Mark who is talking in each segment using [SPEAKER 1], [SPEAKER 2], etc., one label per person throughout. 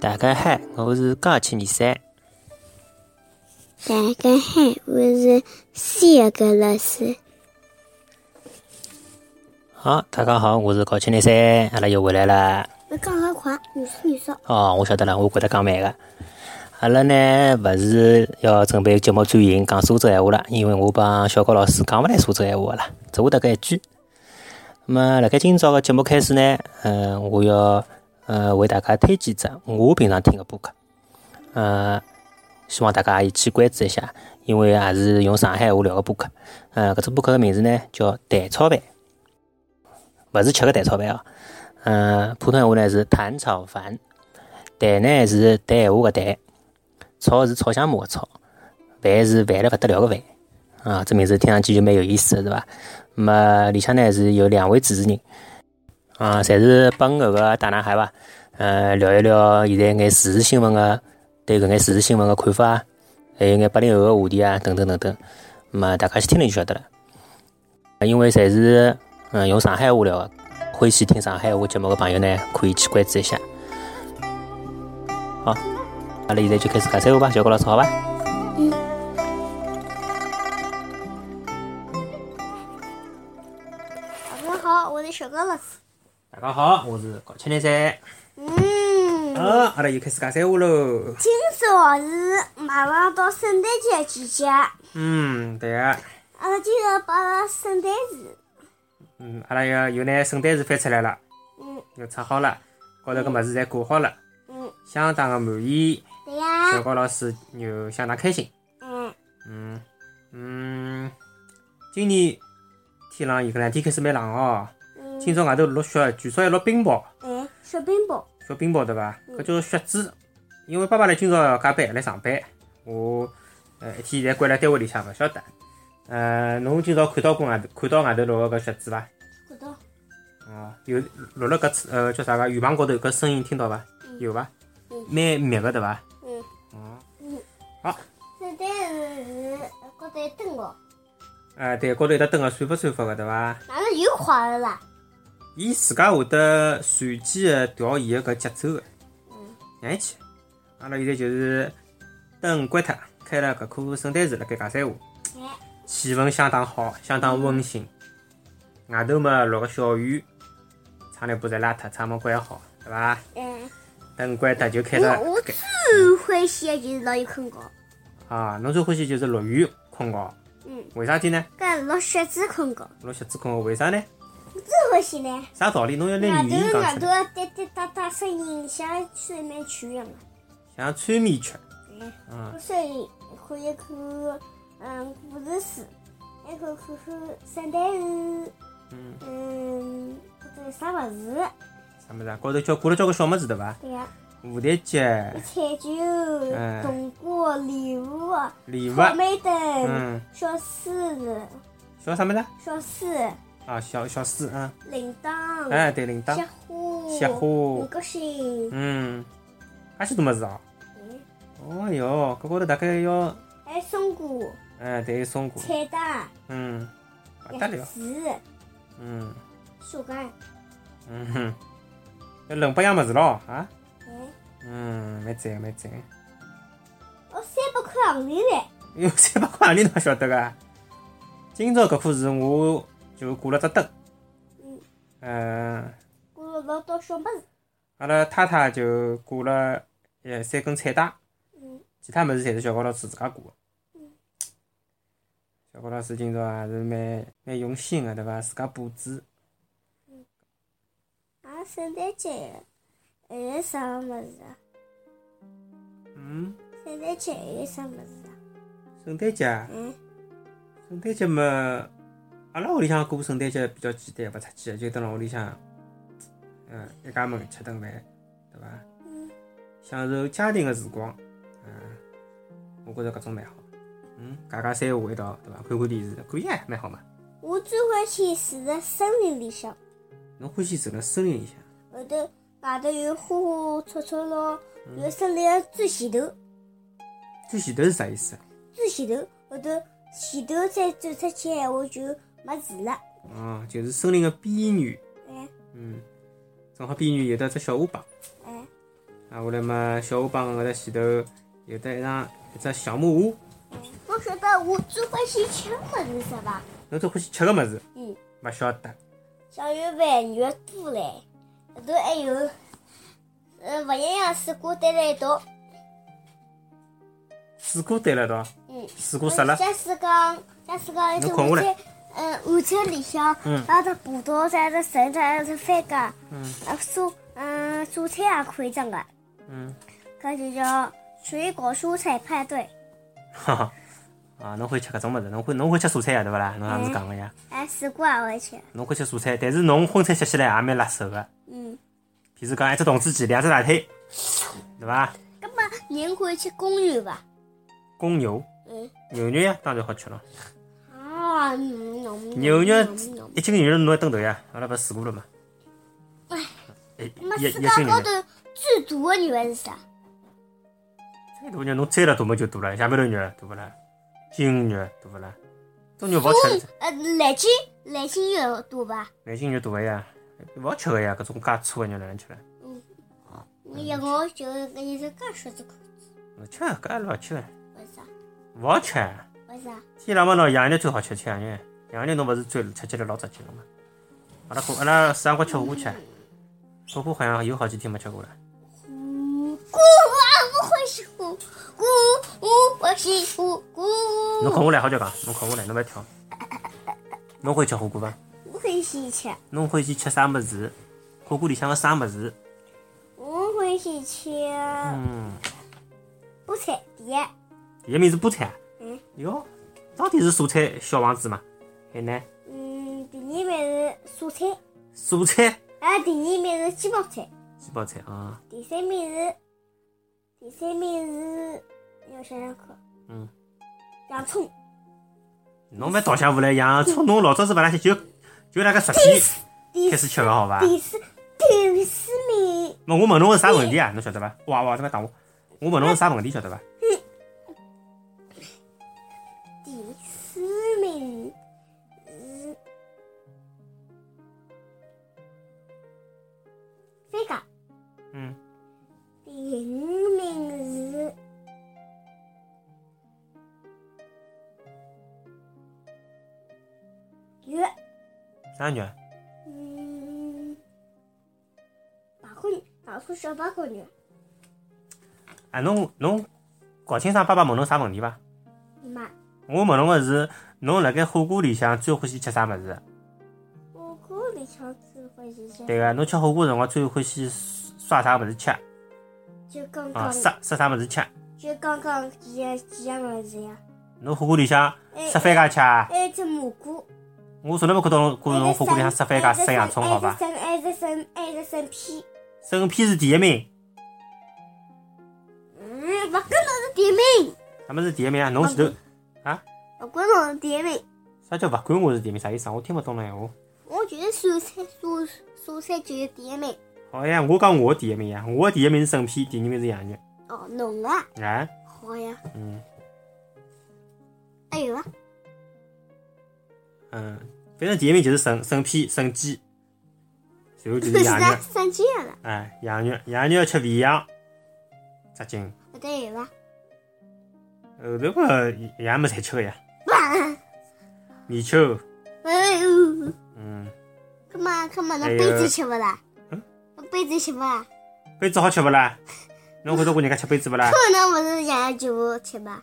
[SPEAKER 1] 大家好，我是高七二三。
[SPEAKER 2] 大家好，我是三个老师。
[SPEAKER 1] 好，大家好，我是高七二三，阿拉又回来啦。
[SPEAKER 2] 我讲得快，你说你说，
[SPEAKER 1] 哦，我晓得了，我觉得讲慢个。阿拉呢，勿是要准备节目转型讲苏州闲话了，因为我帮小高老师讲勿来苏州闲话了，只会得搿一句。那么，辣盖今朝个节目开始呢，嗯、我要呃为大家推荐只我平常听个播客，呃，希望大家也去关注一下，因为也是用上海闲话聊个播客。呃，搿只播客个名字呢叫“蛋炒饭”，勿是吃个蛋炒饭哦。嗯、普通闲话呢是“蛋炒饭”，蛋呢是谈闲话个蛋。炒是炒香麻个炒，饭是烦了勿得了个饭。啊，这名字听上去就蛮有意思的，是伐？那么里向呢是有两位主持人，啊，侪是帮搿个大男孩伐？呃，聊一聊现在眼时事新闻个对搿眼时事新闻个看法，还有眼八零后个话题啊，等等等等。那么大家去听听就晓得了。啊因为侪是嗯用上海话聊个，欢喜听上海话节目个朋友呢，可以去关注一下。好，阿拉现在就开始讲三胡吧，小高老师好伐？
[SPEAKER 2] 大家好，我是小高老师。
[SPEAKER 1] 大家好，我是高七零三。
[SPEAKER 2] 嗯，
[SPEAKER 1] 啊，阿拉又开始讲三胡喽。
[SPEAKER 2] 今朝是马上到圣诞节季节，阿
[SPEAKER 1] 嗯，对个、
[SPEAKER 2] 拉今朝摆了圣诞树。
[SPEAKER 1] 嗯，阿拉要又拿圣诞树翻出来了，
[SPEAKER 2] 嗯
[SPEAKER 1] 又插好了，高头个物事侪挂好了，
[SPEAKER 2] 嗯，
[SPEAKER 1] 相当个满意。
[SPEAKER 2] 对呀、
[SPEAKER 1] 小高老师又相当开心。
[SPEAKER 2] 嗯，
[SPEAKER 1] 嗯嗯，今年天冷，有搿两天开始蛮冷哦。
[SPEAKER 2] 嗯
[SPEAKER 1] 今朝外头落雪，据说还落冰雹，
[SPEAKER 2] 哎，小冰雹，
[SPEAKER 1] 小冰雹对伐？搿叫雪珠。因为爸爸辣今朝要加班来上班，我呃一天侪关辣单位里向，勿晓得。呃，侬今朝看到过外头看到外头落个搿雪珠伐？
[SPEAKER 2] 看到，
[SPEAKER 1] 哦，有落了搿次呃叫啥个圆旁高头搿声音听到伐？有伐？蛮密个对伐？
[SPEAKER 2] 嗯，
[SPEAKER 1] 哦，
[SPEAKER 2] 圣诞树是高头有灯哦，
[SPEAKER 1] 呃，对，高头有得灯个闪发闪发个对伐？
[SPEAKER 2] 哪能又坏了啦？
[SPEAKER 1] 伊自家会得随机个调伊个搿节奏个，
[SPEAKER 2] 嗯
[SPEAKER 1] 让伊去。阿拉现在就是灯关脱，开了搿棵圣诞树辣盖假山下，
[SPEAKER 2] 哎，
[SPEAKER 1] 气氛相当好，相当温馨。
[SPEAKER 2] 嗯
[SPEAKER 1] 外头嘛落个小雨，窗帘布侪拉脱，窗门关好，对伐？
[SPEAKER 2] 哎，
[SPEAKER 1] 灯关脱就开
[SPEAKER 2] 我
[SPEAKER 1] 了。
[SPEAKER 2] 我最欢喜的就是老有困觉，
[SPEAKER 1] 啊，侬最欢喜就是落雨困觉，
[SPEAKER 2] 嗯。
[SPEAKER 1] 为啥体呢？
[SPEAKER 2] 搿老雪子困觉，
[SPEAKER 1] 落雪子困觉为啥呢？
[SPEAKER 2] 最欢喜呢。
[SPEAKER 1] 啥道理？侬要拿
[SPEAKER 2] 外
[SPEAKER 1] 原因
[SPEAKER 2] 头
[SPEAKER 1] 讲
[SPEAKER 2] 外
[SPEAKER 1] 出
[SPEAKER 2] 头
[SPEAKER 1] 来，
[SPEAKER 2] 滴滴答答声音，像催眠曲一样的。
[SPEAKER 1] 像催眠曲。
[SPEAKER 2] 嗯，所以可以看嗯故事书，还可以看看圣诞树，
[SPEAKER 1] 嗯，
[SPEAKER 2] 嗯，或者有啥物事，
[SPEAKER 1] 啥物事啊？高头叫挂了交关小么子对伐？
[SPEAKER 2] 对呀，
[SPEAKER 1] 蝴蝶 结
[SPEAKER 2] 有、彩球
[SPEAKER 1] 哎、
[SPEAKER 2] 冬瓜、礼物、
[SPEAKER 1] 礼物，
[SPEAKER 2] 草莓灯、
[SPEAKER 1] 嗯，
[SPEAKER 2] 小狮子、
[SPEAKER 1] 小啥么子啊？
[SPEAKER 2] 小狮、
[SPEAKER 1] 啊，小小四啊，
[SPEAKER 2] 铃铛、
[SPEAKER 1] 哎，对，铃
[SPEAKER 2] 雪
[SPEAKER 1] 铛，
[SPEAKER 2] 花、
[SPEAKER 1] 雪花
[SPEAKER 2] 五角星，
[SPEAKER 1] 嗯，介许多么子啊？
[SPEAKER 2] 嗯
[SPEAKER 1] 哦哟，搿高头大概要，
[SPEAKER 2] 还有松果、
[SPEAKER 1] 哎，对，松果，
[SPEAKER 2] 彩蛋。
[SPEAKER 1] 嗯，勿得了，
[SPEAKER 2] 子、
[SPEAKER 1] 嗯
[SPEAKER 2] 树干，
[SPEAKER 1] 嗯哼，要冷八样么子咯啊？
[SPEAKER 2] 哎，
[SPEAKER 1] 嗯，蛮赞蛮赞，
[SPEAKER 2] 我三百块行钿嘞，
[SPEAKER 1] 哟，三百块行钿哪晓得个？今朝搿棵树我就挂了只灯，
[SPEAKER 2] 嗯，
[SPEAKER 1] 呃，
[SPEAKER 2] 我老到小么子，
[SPEAKER 1] 阿拉太太就挂了呃三根彩带。
[SPEAKER 2] 嗯，
[SPEAKER 1] 其他物事侪是小高老师自家挂的
[SPEAKER 2] 嗯。
[SPEAKER 1] 小高老师今朝也是蛮蛮用心个，对伐？自家布置，
[SPEAKER 2] 啊，圣诞节还有啥么子啊？
[SPEAKER 1] 嗯，
[SPEAKER 2] 圣诞节还有啥么子啊？
[SPEAKER 1] 圣诞节啊，
[SPEAKER 2] 嗯，
[SPEAKER 1] 圣诞节嘛，阿拉屋里向过圣诞节比较简单，勿出去，就蹲辣屋里向，嗯，一家门吃顿饭，对伐？
[SPEAKER 2] 嗯，
[SPEAKER 1] 享受家庭个时光，嗯，我觉着搿种蛮好。嗯，家家三胡一道，对伐？看看电视，可以啊，蛮好嘛。
[SPEAKER 2] 我最欢喜住在森林里向，
[SPEAKER 1] 侬欢喜住辣森林里向？
[SPEAKER 2] 后头外头有花花草草咯，有森林的最前头，
[SPEAKER 1] 最前头是啥意思啊？
[SPEAKER 2] 最前头，后头前头再走出去闲话就没树了，
[SPEAKER 1] 哦，就是森林个边缘。
[SPEAKER 2] 哎
[SPEAKER 1] 嗯，正好边缘有得只小河浜，
[SPEAKER 2] 哎，
[SPEAKER 1] 啊，后来嘛，小河浜搿搭前头有得一场一只小木屋，
[SPEAKER 2] 我晓得我最欢喜吃的是什么？
[SPEAKER 1] 侬最欢喜吃个物事，
[SPEAKER 2] 嗯，
[SPEAKER 1] 勿晓得。
[SPEAKER 2] 小鱼饭、肉多嘞，后头还有呃勿一样的水果堆在一道。
[SPEAKER 1] 水果对了道，
[SPEAKER 2] 嗯，
[SPEAKER 1] 水果杀了，
[SPEAKER 2] 假使讲，假使讲，
[SPEAKER 1] 侬
[SPEAKER 2] 就
[SPEAKER 1] 困下
[SPEAKER 2] 午
[SPEAKER 1] 来
[SPEAKER 2] 餐，嗯，午餐里向，
[SPEAKER 1] 嗯
[SPEAKER 2] 阿只葡萄啥只橙子，啥只番茄，
[SPEAKER 1] 嗯
[SPEAKER 2] 啊蔬，嗯，蔬菜也可以整个，
[SPEAKER 1] 嗯，
[SPEAKER 2] 搿就叫水果蔬菜派对。
[SPEAKER 1] 哈哈。啊，侬会吃搿种物事，侬会侬会吃蔬菜啊呀，对勿啦？侬上次讲个呀，
[SPEAKER 2] 哎，水果也会吃，
[SPEAKER 1] 侬会吃蔬菜，但是侬荤菜吃起来也蛮辣手个。
[SPEAKER 2] 嗯，
[SPEAKER 1] 譬如讲一只童子鸡，两只大腿，对伐？
[SPEAKER 2] 葛末人可以去公园伐？
[SPEAKER 1] 公牛、
[SPEAKER 2] 嗯，
[SPEAKER 1] 牛肉呀，当然好吃咯。
[SPEAKER 2] 啊，嗯嗯
[SPEAKER 1] 牛肉
[SPEAKER 2] 嗯嗯
[SPEAKER 1] 一斤牛肉侬一顿头呀，阿拉勿是试过了嘛？哎，
[SPEAKER 2] 那么
[SPEAKER 1] 一一
[SPEAKER 2] 世界
[SPEAKER 1] 斤牛
[SPEAKER 2] 高
[SPEAKER 1] 肉
[SPEAKER 2] 头，最大的牛是啥？
[SPEAKER 1] 最大肉侬摘了大么就大了，下面头肉大勿啦？金肉大勿啦？种肉勿好
[SPEAKER 2] 公
[SPEAKER 1] 吃，
[SPEAKER 2] 呃，蓝鲸，蓝鲸有大伐？
[SPEAKER 1] 蓝金肉大个呀，勿好吃个呀，搿种介粗个肉哪能吃啦？
[SPEAKER 2] 我一我就搿一只介小只口，
[SPEAKER 1] 勿吃，搿阿拉勿吃，
[SPEAKER 2] 为啥？
[SPEAKER 1] 勿好吃。
[SPEAKER 2] 为啥？
[SPEAKER 1] 天冷嘛，喏，羊肉最好吃，吃羊肉，羊肉侬勿是最吃起来老扎劲个嘛？阿拉可阿拉啥辰光吃火锅吃？火锅好像有好几天没吃过了。
[SPEAKER 2] 咕咕啊！我欢喜咕咕咕，我喜咕
[SPEAKER 1] 侬
[SPEAKER 2] 咕，
[SPEAKER 1] 困下来好叫讲，侬困下来，侬勿要跳。侬会吃火锅伐？
[SPEAKER 2] 我欢喜吃，
[SPEAKER 1] 侬欢喜吃啥物事？火锅里向个啥物事？
[SPEAKER 2] 我欢喜吃
[SPEAKER 1] 嗯，
[SPEAKER 2] 菠菜碟，
[SPEAKER 1] 伊个名字菠菜啊。
[SPEAKER 2] 嗯。
[SPEAKER 1] 哟，到底是蔬菜小王子嘛？还呢，
[SPEAKER 2] 嗯，第二名是蔬菜，
[SPEAKER 1] 蔬菜
[SPEAKER 2] 啊，第二名是鸡毛菜，
[SPEAKER 1] 鸡包菜啊。
[SPEAKER 2] 第三名是第三名是，让我想想看，
[SPEAKER 1] 嗯，
[SPEAKER 2] 洋葱，
[SPEAKER 1] 侬勿要倒下下来，洋葱侬老早子勿拉些，就就那个十片
[SPEAKER 2] 第
[SPEAKER 1] 开始吃个好伐？
[SPEAKER 2] 第四第四名，
[SPEAKER 1] 那我问侬个啥问题啊？侬晓得伐？哇哇，这么打我！我问侬个啥问题晓得伐？
[SPEAKER 2] 第四名是番茄。
[SPEAKER 1] 嗯，
[SPEAKER 2] 第五名是月，
[SPEAKER 1] 啥啊肉？
[SPEAKER 2] 嗯，八块女，老鼠小八块女，
[SPEAKER 1] 啊，侬侬搞清爽爸爸问侬啥问题伐？
[SPEAKER 2] 妈，
[SPEAKER 1] 我问侬个是，侬辣盖火锅里向最欢喜吃啥物事？
[SPEAKER 2] 我锅里向最欢喜吃，
[SPEAKER 1] 对个，啊侬吃火锅辰光最欢喜涮啥物事吃？
[SPEAKER 2] 就刚
[SPEAKER 1] 啊，
[SPEAKER 2] 刚，
[SPEAKER 1] 杀杀啥物事吃？
[SPEAKER 2] 就刚刚几样几样么子呀？
[SPEAKER 1] 侬火锅里向
[SPEAKER 2] 哎
[SPEAKER 1] 杀番茄吃啊？
[SPEAKER 2] 还有只蘑菇，
[SPEAKER 1] 我从来没看到侬
[SPEAKER 2] 哎
[SPEAKER 1] 过侬火锅里向杀番茄、杀洋葱，好伐
[SPEAKER 2] 吧？？还有生，还有生皮，
[SPEAKER 1] 生批是第一名，
[SPEAKER 2] 嗯，不跟侬是第一名，
[SPEAKER 1] 啥物事第一名啊？侬前头啊？
[SPEAKER 2] 不跟侬是第一名。
[SPEAKER 1] 啥叫勿管我是第一名？啥意思啊？我听勿懂侬闲话。
[SPEAKER 2] 我就是蔬菜，蔬蔬菜就是第一名。
[SPEAKER 1] 好哎呀，我讲我的第一名呀，啊我的第一名是生批，第二名是羊肉。
[SPEAKER 2] 哦，侬啊，
[SPEAKER 1] 啊，
[SPEAKER 2] 好呀。
[SPEAKER 1] 嗯
[SPEAKER 2] 还有啊，
[SPEAKER 1] 嗯，反正第一名就是生生批、生鸡，随后就是羊
[SPEAKER 2] 啥
[SPEAKER 1] 肉。
[SPEAKER 2] 三件了？
[SPEAKER 1] 哎，羊肉，羊肉要吃肥羊，扎劲。
[SPEAKER 2] 后头有啊，
[SPEAKER 1] 后头个也没侪吃个呀，
[SPEAKER 2] 哇，
[SPEAKER 1] 泥鳅，
[SPEAKER 2] 哎呦，
[SPEAKER 1] 嗯，
[SPEAKER 2] 干嘛干嘛？侬
[SPEAKER 1] 还有
[SPEAKER 2] 杯子吃不啦？
[SPEAKER 1] 哎嗯
[SPEAKER 2] 侬杯子吃不啦？
[SPEAKER 1] 杯子好吃 勿啦？侬看到过人家吃杯子勿啦？
[SPEAKER 2] 可能不是爷就不吃吧？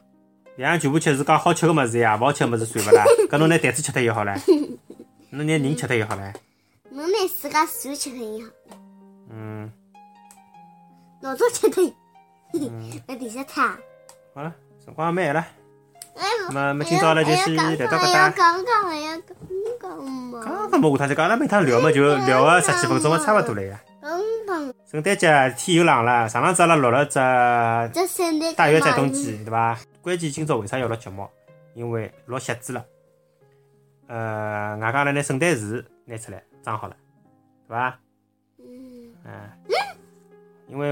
[SPEAKER 1] 两样全部吃是讲好吃个物事呀，勿好吃个物事算勿 啦？搿侬拿蛋子吃脱也好唻，侬拿人吃脱也好唻。
[SPEAKER 2] 侬拿自家手吃很好，
[SPEAKER 1] 嗯，
[SPEAKER 2] 老早吃的。
[SPEAKER 1] 嗯
[SPEAKER 2] 那第三趟，
[SPEAKER 1] 好了，辰光也没了，
[SPEAKER 2] 哎
[SPEAKER 1] 那
[SPEAKER 2] 呦，
[SPEAKER 1] 么么今朝阿拉就
[SPEAKER 2] 哎呀
[SPEAKER 1] 先聊到
[SPEAKER 2] 哎
[SPEAKER 1] 搿
[SPEAKER 2] 呀
[SPEAKER 1] 搭。
[SPEAKER 2] 讲讲哎呀讲讲嘛，
[SPEAKER 1] 刚刚冇下趟再讲，阿拉每趟聊嘛
[SPEAKER 2] 哎
[SPEAKER 1] 就聊个十几分钟个差勿多了呀。
[SPEAKER 2] 讲讲，
[SPEAKER 1] 圣诞节天又冷了，上浪子阿拉录了只。
[SPEAKER 2] 这三代
[SPEAKER 1] 大约在冬
[SPEAKER 2] 哎
[SPEAKER 1] 季，对伐？关键今朝为啥要录节目？因为落席子了。呃，外加阿拉拿圣诞树拿出来装好了，对伐？
[SPEAKER 2] 嗯。
[SPEAKER 1] 嗯。因为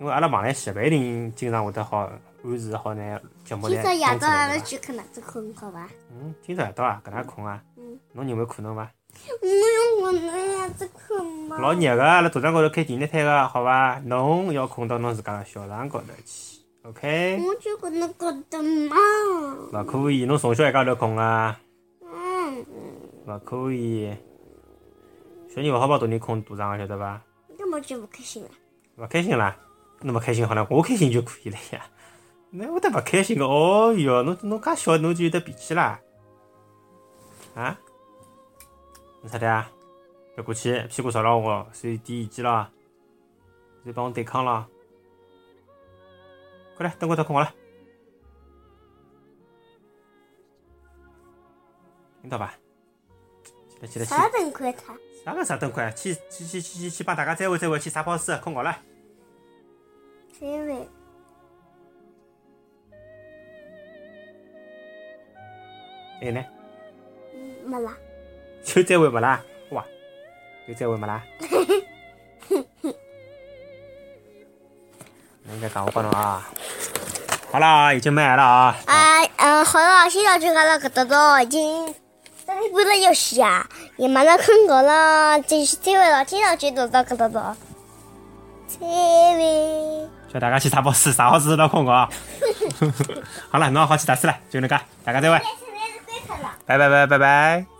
[SPEAKER 1] 因为阿拉忙来些，勿一定经常会得好按时好拿节目
[SPEAKER 2] 今
[SPEAKER 1] 来
[SPEAKER 2] 朝夜
[SPEAKER 1] 弄出
[SPEAKER 2] 到阿拉
[SPEAKER 1] 来，对伐？
[SPEAKER 2] 去看哪只困好伐？
[SPEAKER 1] 嗯，今朝夜到啊，搿能困啊？
[SPEAKER 2] 嗯。
[SPEAKER 1] 侬认为可能伐？嗯
[SPEAKER 2] 我有可能呀，这可吗？
[SPEAKER 1] 老热个，阿拉大堂高头开电热毯个，好伐？侬要困到侬自家个小床高头去，OK？
[SPEAKER 2] 我就可能觉得嘛。
[SPEAKER 1] 勿可以，侬从小一家头困啊，
[SPEAKER 2] 嗯，
[SPEAKER 1] 勿可以。小人勿好帮大人困大床个，晓得伐？
[SPEAKER 2] 那么就不开心了。
[SPEAKER 1] 勿开心啦，侬勿开心好了，我开心就可以了呀。哪会得勿开心个？哦哟，侬侬介小侬就有得脾气啦？啊？侬啥的啊？要过去屁股朝牢我，所以提意见了，所以帮我对抗了。快来，等我到困觉了，听到伐？起来起来起来！
[SPEAKER 2] 啥人管他？
[SPEAKER 1] 啥个啥灯快？去去去去去去帮大家再会再会，去撒泡屎，困觉了。
[SPEAKER 2] 谁会？
[SPEAKER 1] 还有呢？
[SPEAKER 2] 嗯没啦。
[SPEAKER 1] 就再会没啦？哇，就再会没啦？侬再讲，我帮侬啊。好啦，已经没来了啊。
[SPEAKER 2] 啊，嗯，好了，现在就阿拉搿搭到已经三点半了休息啊，也马上困觉了，就是再会了，今朝就到到搿搭到，再会。
[SPEAKER 1] 叫大家去撒泡屎，撒好屎到困觉啊。 好了，侬也好去打屎了，就能介，大家再会，
[SPEAKER 2] 哎现在是关脱了。
[SPEAKER 1] 拜拜拜拜拜。